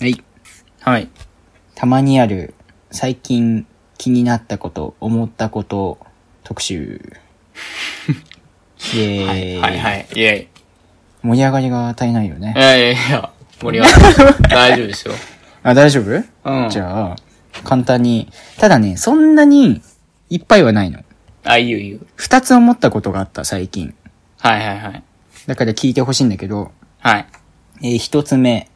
はい。はい。たまにある、最近気になったこと、思ったこと、特 集。イェーイ、はいはい。イェイ。盛り上がりが足りないよねい。やいやいや、盛り 上がる。大丈夫ですよ。あ、大丈夫、うん。じゃあ、簡単に。ただね、そんなにいっぱいはないの。あ、いいよいいよ。二つ思ったことがあった、最近。はいはいはい。だから聞いてほしいんだけど、はい。えー一つ目。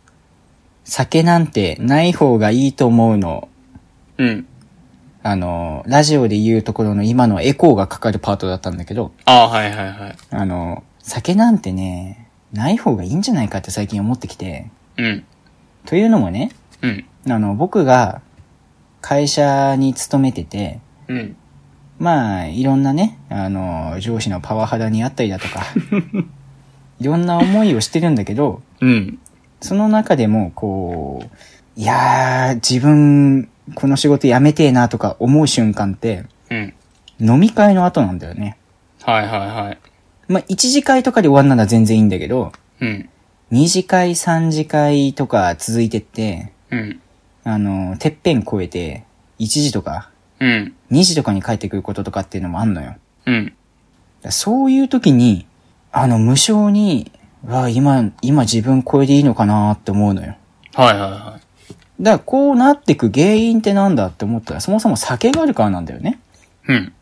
酒なんてない方がいいと思うの。うん。あの、ラジオで言うところの今のエコーがかかるパートだったんだけど、あはいはいはい。あの、酒なんてね、ない方がいいんじゃないかって最近思ってきて。うん。というのもね、うん。あの、僕が会社に勤めてて、うん。まあ、いろんなね、あの、上司のパワハラにあったりだとか、いろんな思いをしてるんだけど、うん。その中でも、こう、いやー、自分、この仕事辞めてえなとか思う瞬間って、うん。飲み会の後なんだよね。はいはいはい。まあ、一次会とかで終わんなら全然いいんだけど、うん。二次会、三次会とか続いてって、うん。あの、てっぺん越えて、一時とか、うん。二時とかに帰ってくることとかっていうのもあんのよ。だかうん。らそういう時に、あの、無性に、わあ、今、今自分これでいいのかなって思うのよ。はいはいはだからこうなってく原因ってなんだって思ったら、そもそも酒があるからなんだよね。い。うん。だか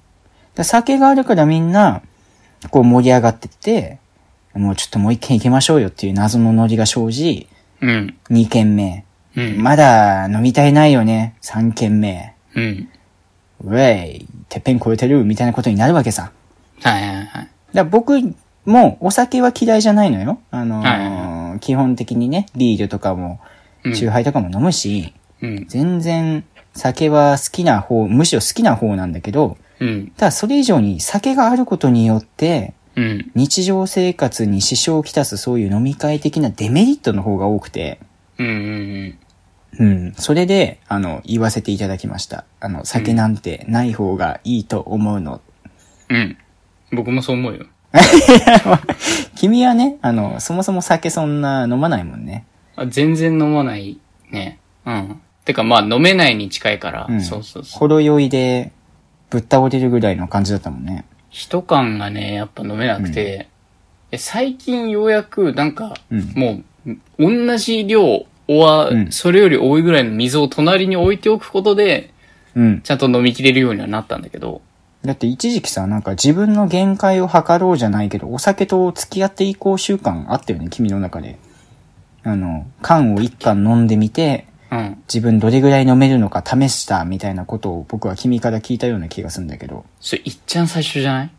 ら酒があるからみんな、こう盛り上がってって、もうちょっともう一軒行きましょうよっていう謎のノリが生じ、うん。二軒目。うん。まだ飲みたいないよね。三軒目。うん。ウェイ、てっぺん超えてるみたいなことになるわけさ。だかはいはいはい。ら僕もお酒は嫌いじゃないのよ。あのーはい基本的にね、ビールとかも、うんチューハイとかも飲むし、うん。全然酒は好きな方、むしろ好きな方なんだけど、うん。ただそれ以上に酒があることによって、うん。日常生活に支障をきたすそういう飲み会的なデメリットの方が多くて、うん。うん。うん。それで、あの、言わせていただきました。あの、酒なんてない方がいいと思うの。うん。僕もそう思うよ。君はね、あの、そもそも酒そんな飲まないもんね。あ全然飲まないね。うん。てかまあ飲めないに近いから、うんそうそうそう。ほろ酔いで、ぶっ倒れるぐらいの感じだったもんね。一缶がね、やっぱ飲めなくて、え最近ようやくなんか、うんもう、同じ量、おはう、んそれより多いぐらいの水を隣に置いておくことで、うん。ちゃんと飲みきれるようにはなったんだけど、だって一時期さ、なんか自分の限界を測ろうじゃないけど、お酒と付き合っていこう習慣あったよね、君の中で。あの、缶を一缶飲んでみて、うん。自分どれぐらい飲めるのか試したみたいなことを僕は君から聞いたような気がするんだけど。それ、いっちゃん最初じゃない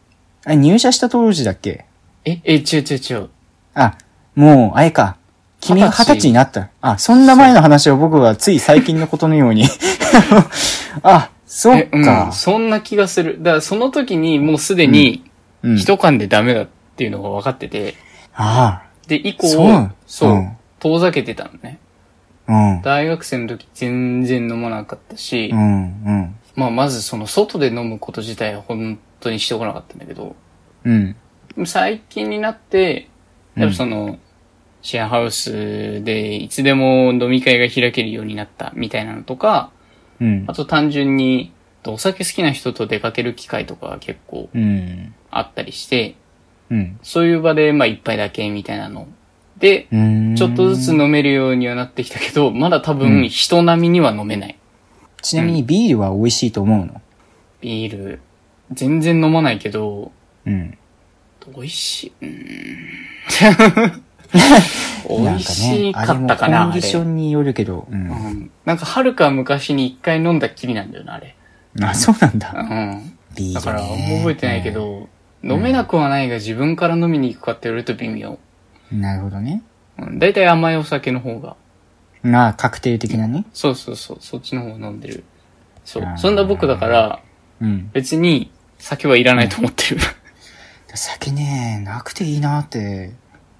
あれ入社した当時だっけえ、え、違う違う違う。あ、もう、あれか。君が二二十十歳歳になった。あ、そんな前の話を僕はつい最近のことのよ うに。あ、そっえ、うん。か。そんな気がする。だからその時にもうすでに、うん。一缶でダメだっていうのが分かってて、あで、以降、そうなのそう、うん遠ざけてたのね。あ、うん。大学生の時全然飲まなかったし、うん、うん。まあまずその外で飲むこと自体は本当にしてこなかったんだけど、うん。でも最近になって、うんやっぱその、シェアハウスでいつでも飲み会が開けるようになったみたいなのとか、うんあ。と単純にお酒好きな人と出かける機会とかが結構うん。あったりして、うん。そういう場でまあ一杯だけみたいなの。で、うん。ちょっとずつ飲めるようにはなってきたけど、まだ多分人並みには飲めない。ちなみにビールは美味しいと思うの。ビール、全然飲まないけど、うん。美味しい。うーん美味しかったあかれもコな、ンディショあれンによるけど。うん。うんなんか、はるか昔に一回飲んだっきりなんだよな、あれ。あ、そうなん うだ。ん。ビール、ね。だから、覚えてないけど、飲めなくはないが自分から飲みに行くかって言われると微妙。うん。なるほどね。うん、だいたい甘いお酒の方が。まあ、確定的なね。そうそうそう、そっちの方を飲んでる。そうあ。ーそんな僕だから、うん。別に酒はいらないと思ってる。酒ね、なくていいなって、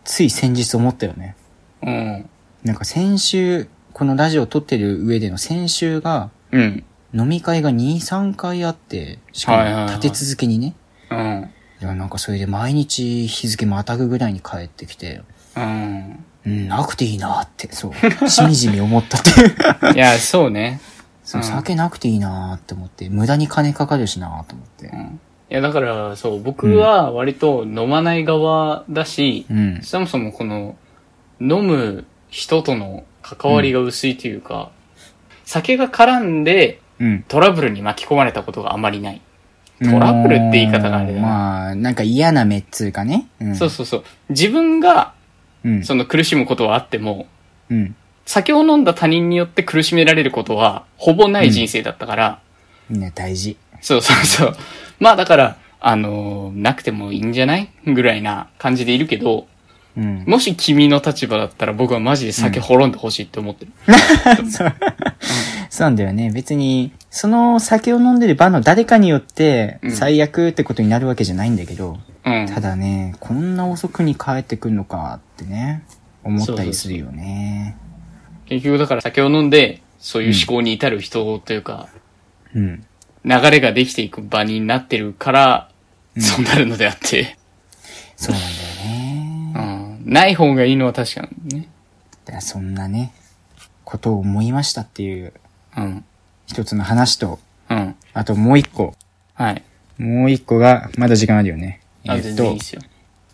つい先日思ったよね。うん。なんか先週、このラジオ撮ってる上での先週が、 うん。飲み会が2、3回あって、しはいはいかもはい立て続けにね。うん。いや、なんかそれで毎日日付またぐぐらいに帰ってきて、うん。うん、なくていいなって、そう、しみじみ思ったって いう。いや、そうね。そううん酒なくていいなって思って、無駄に金かかるしなと思ってう。ん。いや、だから、そう、僕は割と飲まない側だし、うん。そもそもこの、飲む人との関わりが薄いというか、酒が絡んでうん。トラブルに巻き込まれたことがあまりない。トラブルって言い方があれだなまあ、なんか嫌な目っつうかね。うん。そうそうそう。自分が、うん。その苦しむことはあっても、うん。酒を飲んだ他人によって苦しめられることは、ほぼない人生だったから、みんな大事。そうそうそう。まあだから、あのーなくてもいいんじゃないぐらいな感じでいるけど、うん。もし君の立場だったら僕はマジで酒滅んでほしいって思ってる。そうなんだよね。別に、その酒を飲んでる場の誰かによってうん、最悪ってことになるわけじゃないんだけど、うん。ただね、こんな遅くに帰ってくるのかってね、思ったりするよね。結局だから酒を飲んで、そういう思考に至る人というか、うん。流れができていく場になってるから、そうなるのであって、そうなんだよね。うん。ない方がいいのは確かなのね。だからそんなね、ことを思いましたっていううん。一つの話と、うん。あともう一個。はい。もう一個が、まだ時間あるよね。あ、え全っ然いいとで、すよ。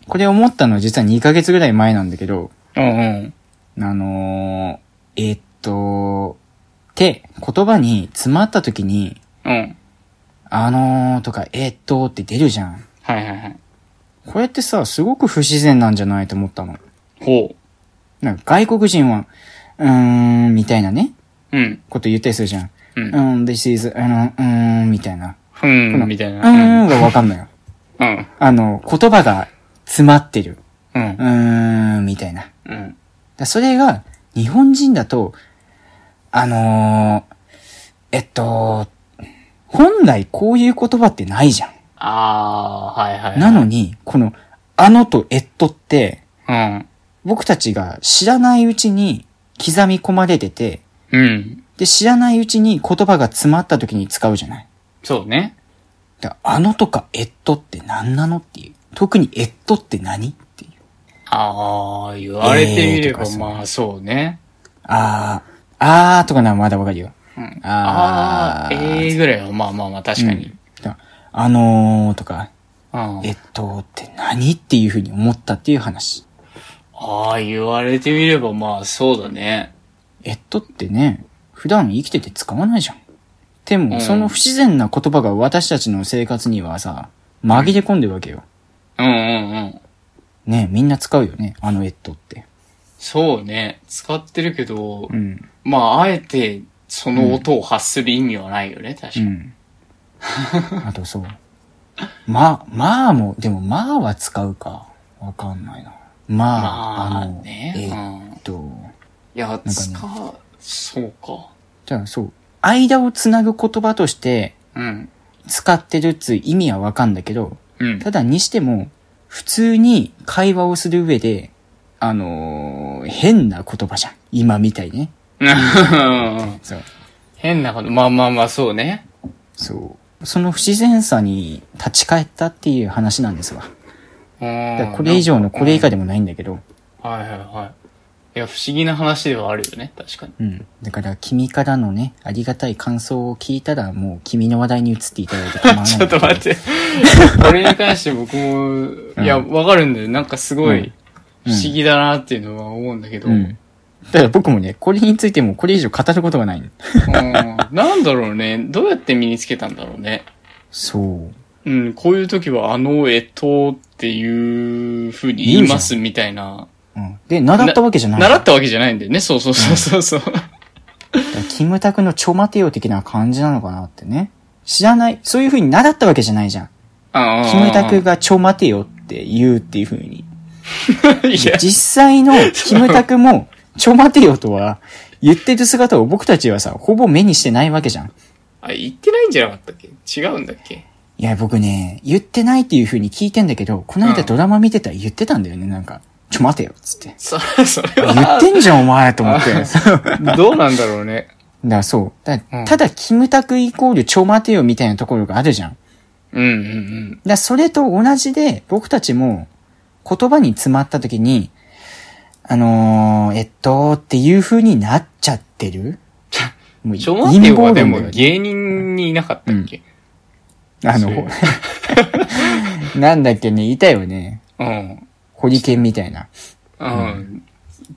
これ思ったのは実は2ヶ月ぐらい前なんだけど、うんうん。あのー、えっと、って言葉に詰まった時に、うん。あのーとか、えっとって出るじゃん。はいはいはい。これってさ、すごく不自然なんじゃないと思ったの。ほなんか外国人は、うーん、みたいなね、う。うん。こと言ったりするじゃん。う。うんん、this is, あの、うーん、みたいな。ふん、みたいうな。ーんがわかんないよ。うん。あの、言葉が詰まってる。うんう。ーん、みたいな。うん。だそれが、日本人だと、あのーえっと、本来こういう言葉ってないじゃん。あー、はいはいはい。なのに、この、あのとえっとって、うん。僕たちが知らないうちに刻み込まれてて、うん。で、知らないうちに言葉が詰まった時に使うじゃない。そうね。だあのとかえっとって何なのっていう。特にえっとって何っていう。あー、言われてみれば、えーとかさまあそうね。あー、あーとかならまだわかるよ。うん、ああーーええー、ぐらいは、まあまあまあ確かに。だあのーとか、うん、えっとって何っていうふうに思ったっていう話。ああ、言われてみれば、まあそうだね。えっとってね、普段生きてて使わないじゃん。でうも、んその不自然な言葉が私たちの生活にはさ、紛れ込んでるわけよ。うんうんうん。ねみんな使うよね、あのえっとって。そうね。使ってるけど、うん。まああえて、その音を発する意味はないよね、確かうに。ん。あとそう。ま、まあも、でもまあは使うか。わかんないな。まあ、まああの、ねえっと、いや、ね使う、そうか。じゃあそう、間をつなぐ言葉としてうん。使ってるっつう意味はわかんだけど、うん。ただにしても、普通に会話をする上で、あのー変な言葉じゃん。今みたいね。そう。 変なこと、まあまあまあそうね。そう。その不自然さに立ち返ったっていう話なんですわ。うだかんらこれ以上のこれ以下下でもないんだけど、はいはいはい。いや、不思議な話ではあるよね、確かに。うん。だから君からのね、ありがたい感想を聞いたら、もう君の話題に移っていただいて構わない。 ちょっと待って。これに関して僕も、いや、わかるんだよ。なんかすごい、不ん思議だなっていうのは思うんだけど。ううんん。。だから僕もね、これについてもこれ以上語ることがないの。なんだろうね。どうやって身につけたんだろうね。そう。うん、こういう時は、あの、えっと、っていう風に言いますみたいな。うん。で、習ったわけじゃない。習ったわけじゃないんだよね。そうそうそう そう。そうだからキムタクのちょ待てよ的な感じなのかなってね。知らない、そういう風に習ったわけじゃないじゃん。あーキムタクがちょ待てよって言うっていう風に。いや、実際のキムタクも、ちょ待てよとは言ってる姿を僕たちはさ、ほぼ目にしてないわけじゃん。あ、言ってないんじゃなかったっけ違うんだっけいや、僕ね、言ってないっていう風に聞いてんだけど、この間ドラマ見てたら言ってたんだよね、なんか。ちょ待てよ、つ って。それ、それ言はっ、てんじゃん、お前と思 って。どうなんだろうね。だからそう。だかうんらただ、キムタクイコールちょ待てよみたいなところがあるじゃん。うんうんだからそれと同じで、僕たちも言葉に詰まった時に、うあのー、えっと、っていう風になっちゃって るもうちょ、待ってよ、陰謀論だでよも芸人にいなかったっけあそういうの、 なんだっけね、いたよね。うん。ホリケンみたいな。うん。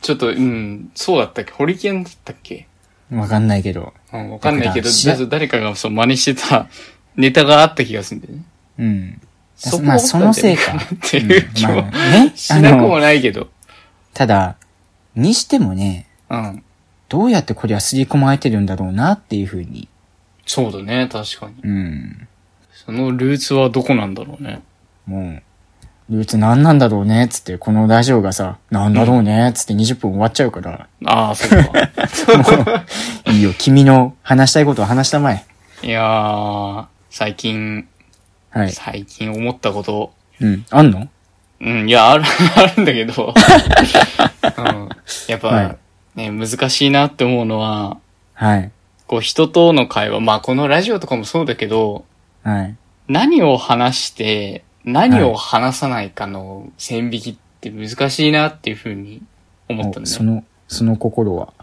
ちょっと、うん、そうだったっけホリケンだったっけわかんないけど。うん、わかんないけだかど、ら知らだ誰かがそう真似してたネタがあった気がするんだよね。うん。そこまあ、そのせいか。って いう気うんも、まあねしなくもないけど。ただ、にしてもね、うん。どうやってこれは刷り込まれてるんだろうなっていう風に。そうだね、確かに。うん。そのルーツはどこなんだろうね。もう、ルーツ何なんだろうねっつって、このラジオがさ、なんだろうねっつって20分終わっちゃうから、ああ、そ うか。いいよ、君の話したいことを話したまえ。いやー、最近、はい。最近思ったこと、うん。あんのうん、いや、ある、あるんだけど、うん、 やっぱ、はね、難しいなって思うのは、はい。こう人との会話、まあこのラジオとかもそうだけど、はい。何を話して、何を話さないかの線引きって難しいなっていうふうに思ったんおだそよ。の、その心は。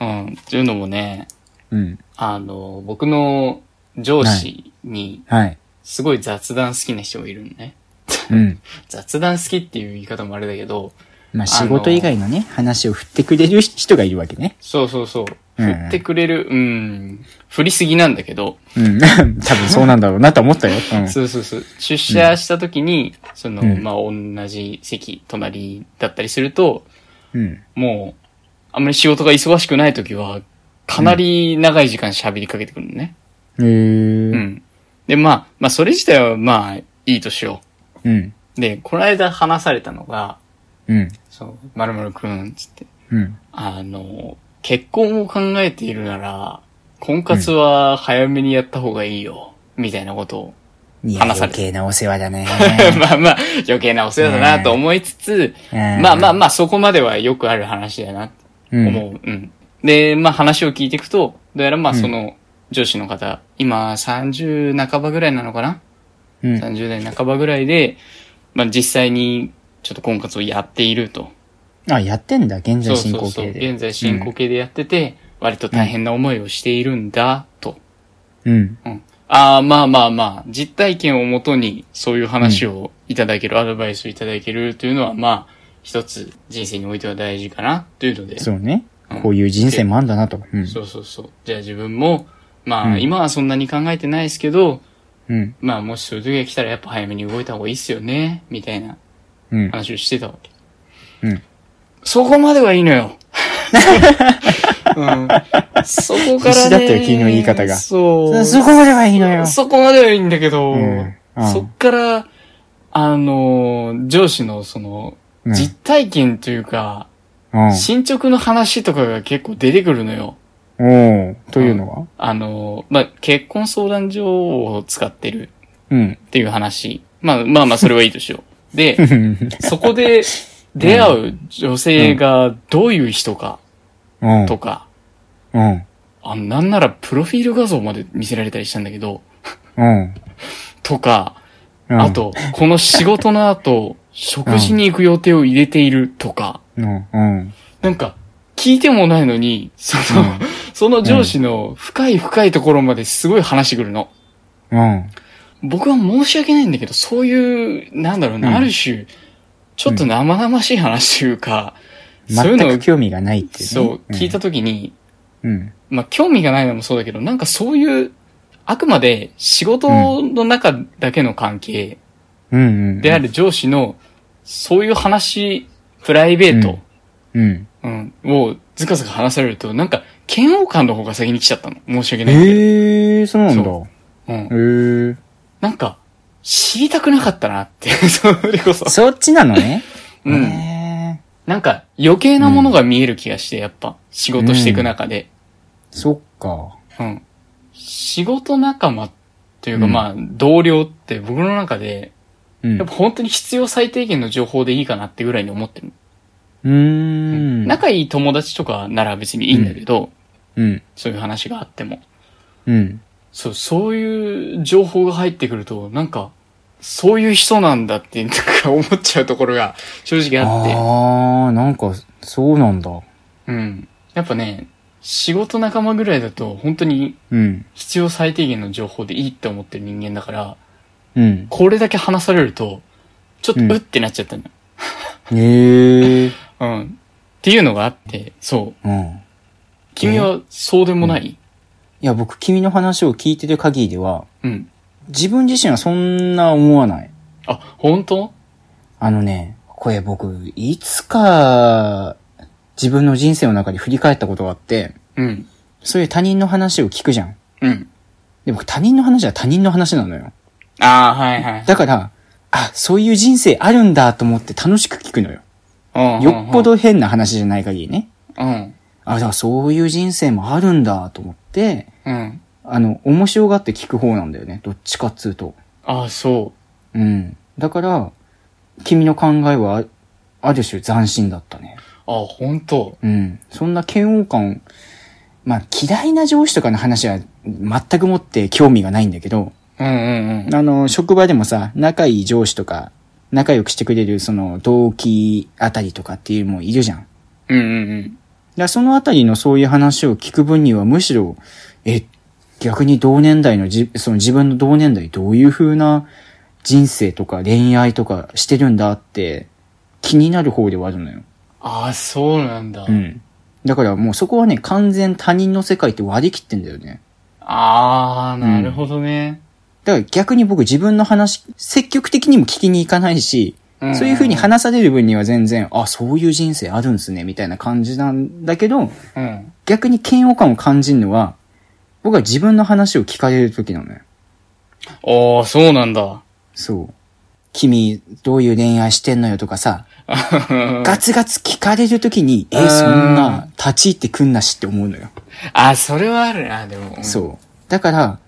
うん。というのもね、うん。あの、僕の上司に、はい。すごい雑談好きな人がいるのね。うん。雑談好きっていう言い方もあれだけど、まあ、仕事以外のね、話を振ってくれる人がいるわけね。そうそうそう。うん振ってくれる、うん、振りすぎなんだけど、うん。 多分そうなんだろうなと思ったよ。うん。そうそうそう。出社した時に、その、うんまあ、同じ席、隣だったりすると、うん。もう、あんまり仕事が忙しくない時は、かなり長い時間喋りかけてくるのね。へーうん。で、まあ、まあ、それ自体は、まあ、いいとしようん。う。で、この間話されたのが、うん。そう、まるまるくん、つって、うん。あの、結婚を考えているなら、婚活は早めにやった方がいいよ、みたいなことを。いや、話され余る計なお世話だね。まあまあ、余計なお世話だなと思いつつ、ままあ まあまあ、そこまではよくある話だな、うとん。思う。うん。で、まあ話を聞いていくと、どうやらまあうんその、上司の方、今30半ばぐらいなのかなうん。 ?30 代半ばぐらいで、まあ実際にちょっと婚活をやっていると。あ、やってんだ、現そ在う進そ行うそう。形で。現在進行形でやってて、割と大変な思いをしているんだ、と。うん。うん。ああ、まあまあまあ、実体験をもとにそういう話をいただける、アドバイスをいただけるというのは、まあ、一つ人生においては大事かな、というので。そうねうん。こういう人生もあんだなと。うん。そうそうそう。じゃあ自分も、まあ、うん今はそんなに考えてないですけど、うん。まあもしそういう時が来たらやっぱ早めに動いた方がいいっすよね、みたいなうん。話をしてたわけ。うん。そこまではいいの よ。うん、そこから、ね。必死だったよ君の言い方がそう。そこまではいいのよ。そこまではいいんだけど、うんうんそっから、あのー、上司のその、うん実体験というか、うん。進捗の話とかが結構出てくるのよ。おーというのはあのー、まあ、結婚相談所を使ってるうん。っていう話。まあ、まあまあ、それはいいとしよ う。で、そこで出会う女性がどういう人かうん。とか、うん。あなんならプロフィール画像まで見せられたりしたんだけど、うん。とか、うんあ。と、この仕事の後、食事に行く予定を入れているとか、うん。うん。なんか、聞いてもないのに、その、 その上司の深い深いところまですごい話してくるの。うん。僕は申し訳ないんだけど、そういう、なんだろうな、うんある種、ちょっと生々しい話というか、そうい全うのくを、興味がないっていうね。そう、聞いた。たときに、うん。まあ、興味がないのもそうだけど、なんかそういう、あくまで仕事の中だけの関係、うん。うん。である上司の、そういう話、プライベート、うん。うんをずかずか話されると、なんか、嫌悪感の方が先に来ちゃったの。申し訳ない。えー、そうなんだ。そうんえ。ー。なんか、知りたくなかったなって、 それこそ。そっちなのね。うんへーなんか、余計なものが見える気がして、やっぱ、仕事していく中で。そっか。うん。仕事仲間というか、うんまあ、同僚って僕の中で、うん。やっぱ本当に必要最低限の情報でいいかなってぐらいに思ってる。うーん。仲いい友達とかなら別にいいんだけど、うん。そういう話があっても。うん。そう、そういう情報が入ってくると、なんか、そういう人なんだって、なんか思っちゃうところが正直あって。あー、なんか、そうなんだ。うん。やっぱね、仕事仲間ぐらいだと、本当にうん。必要最低限の情報でいいって思ってる人間だから、うん。これだけ話されると、ちょっとうんうってなっちゃったのよ。へえ。うん。っていうのがあって、そう。うん。君はそうでもない、いや、僕、君の話を聞いてる限りでは、うん、自分自身はそんな思わない。あ、本当あのね、これ僕、いつか、自分の人生の中で振り返ったことがあって、うん。そういう他人の話を聞くじゃん。うん。で、僕、他人の話は他人の話なのよ。ああ、はいはい。だから、あ、そういう人生あるんだと思って楽しく聞くのよ。うんよっぽ。ど変な話じゃない限りね。うん。あ、だからそういう人生もあるんだと思って、うん。あの、面白がって聞く方なんだよね。どっちかっつうと。ああ、そうん。だから、君の考えは、ある種斬新だったね。う。ああ、本当うん。そんな嫌悪感、まあ嫌いな上司とかの話は全くもって興味がないんだけど、うんうんうん。あの、職場でもさ、仲いい上司とか、仲良くしてくれるその同期あたりとかっていうのもいるじゃん。うんうんうん。だからそのあたりのそういう話を聞く分にはむしろ、え、逆に同年代のじ、その自分の同年代どういう風な人生とか恋愛とかしてるんだって気になる方ではあるのよ。ああ、そうなんだ。うん。だからもうそこはね、完全他人の世界って割り切ってんだよね。ああ、なるほどね。だから逆に僕自分の話、積極的にも聞きに行かないし、うんそういう風に話される分には全然、あ、そういう人生あるんすね、みたいな感じなんだけど、うん。逆に嫌悪感を感じるのは、僕は自分の話を聞かれる時なのよ。ああ、そうなんだ。 そう。君、どういう恋愛してんのよとかさ、ガツガツ聞かれる時に、え、うんそんな、立ち入ってくんなしって思うのよ。あ、それはあるな、でも。う。そう。だから、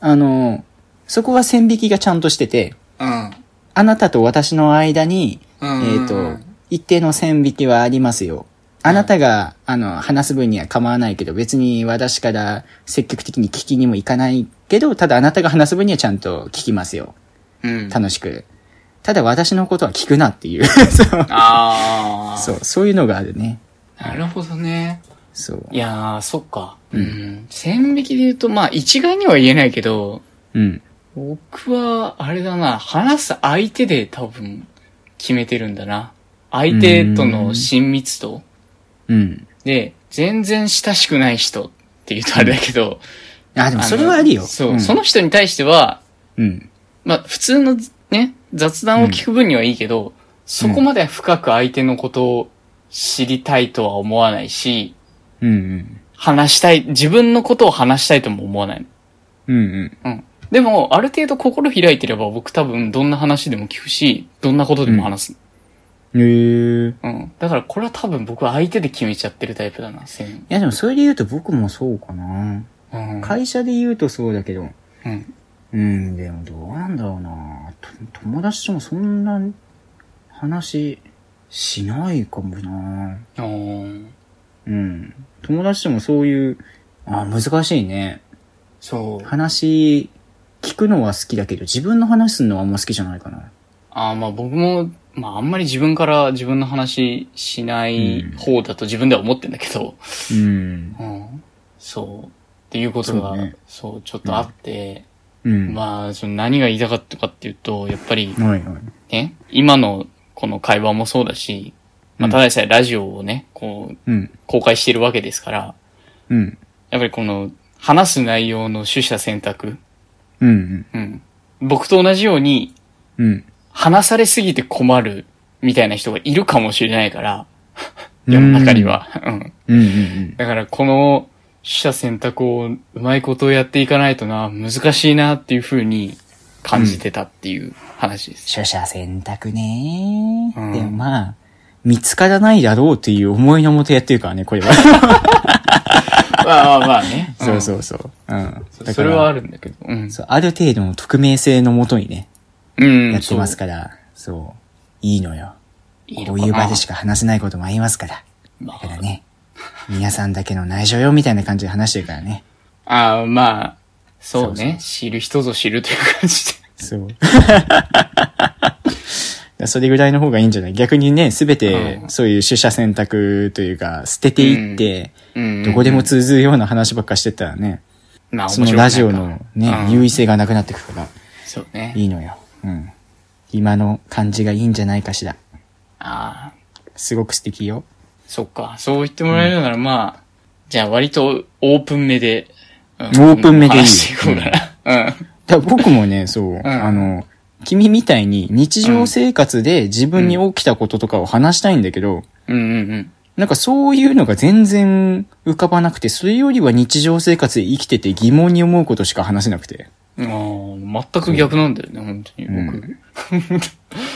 あの、そこは線引きがちゃんとしてて、うん。あなたと私の間に、うんえっ、と、一定の線引きはありますよ。あなたが、あの、話す分には構わないけど、別に私から積極的に聞きにも行かないけど、ただあなたが話す分にはちゃんと聞きますよ。うん。楽しく。ただ私のことは聞くなっていう。そうああ。 そう、そういうのがあるね。なるほどね。そう。いやー、そっか。うん。線引きで言うと、まあ、一概には言えないけど、うん。僕は、あれだな、話す相手で多分、決めてるんだな。相手との親密度うん。で、全然親しくない人って言うとあれだけど、あ、でもそれはあるよ。のそう、んその人に対しては、うん。まあ、普通のね、雑談を聞く分にはいいけど、そこまで深く相手のことを知りたいとは思わないし、うんうん。話したい、自分のことを話したいとも思わない。うんうん。うん。でも、ある程度心開いてれば僕多分どんな話でも聞くし、どんなことでも話す。へー。うん。だからこれは多分僕は相手で決めちゃってるタイプだな、線いやでもそれで言うと僕もそうかな。うん。会社で言うとそうだけど、うん。うん、でもどうなんだろうなと友達ともそんな話しないかもなあーうん。友達ともそういう、あ難しいね。そう。話、聞くのは好きだけど、自分の話するのはあんま好きじゃないかな。ああ、まあ僕も、まああんまり自分から自分の話しない方だと自分では思ってんだけど、うん。うん。そう。っていうことが、そそうう,、ねちょっとあって、うん。まあ、その何が言いたかったかっていうと、やっぱりはいはい。ね、今のこの会話もそうだし、うまあんただでさえラジオをね、こう、うん。公開してるわけですから、うん。やっぱりこの、話す内容の取捨選択、うん。うん。うん。僕と同じように、うん。話されすぎて困るみたいな人がいるかもしれないから、世の中には。うん。うん。うん。だからこの死者選択をうまいことをやっていかないとな、難しいなっていう風に感じてたっていう話です。取捨選択ね、うんでもまあ、見つからないだろうという思いのもとやってるからね、これは。。まあまあまあねそううそうそう。うん。ん。それはある。るんだけど。うん。そう、ある程度の匿名性のもとにね、うん。やってますかから、そう。いいのよ。いいこのうかいうな場でしか話せないこともありますから。まだからね。皆さんだけの内緒よ、みたいな感じで話してるからね。ああ、まあ、そうねそうそう知る人ぞ知るという感じで。そう。 だからそれぐらいの方がいいんじゃない逆にね、すべてう、んそういう取捨選択というか、捨てていって、うん。どこでも通ずるような話ばっかしてったらね、まあそのラジオ面の白くないねから、うん優位性がなくなってくから、そうね。いいのよ。うん。今の感じがいいんじゃないかしら。ああ、すごく素敵よ。そっか。そう言ってもらえるなら、まあ、じゃあ割とオープン目で、オオープン目でいいしていこうかな。うん。だから僕も ね、そう、あの、君みたいに日常生活で自分に起きたこととかを話したいんだけど、うんうんうん。なんかそういうのが全然浮かばなくて、それよりは日常生活で生きてて疑問に思うことしか話せなくて。ああ、全く逆なんだよね、本当に、僕。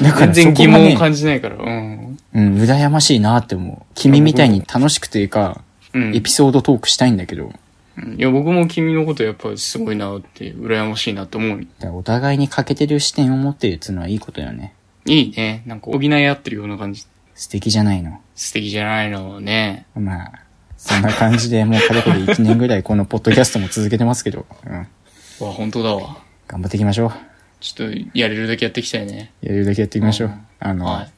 だからそ全然こ疑が問をね、感じないから、うん。うん、羨ましいなって思う。君みたいに楽しくてか、うんエピソードトークしたいんだけど、いや、僕も君のことやっぱすごいなって、羨ましいなって思う。だからお互いに欠けてる視点を持ってるっていうのはいいことよね。いいね。なんか補い合ってるような感じ。素敵じゃないの。素敵じゃないのね。まあ、そんな感じでもうかれこれ1年ぐ らいこのポッドキャストも続けてますけど、うん。うわ、本当だわ。頑張っていきましょう。ちょっと、やれるだけやっていきたいね。やれるだけやっていきましょう。あの、はい。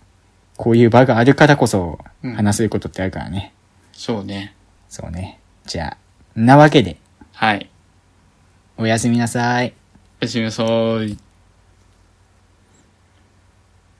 こういう場があるからこそうん話せることってあるからね。そうね。そうね。じゃあ、んなわけで、はい。おやすみなさい。おやすみなさい。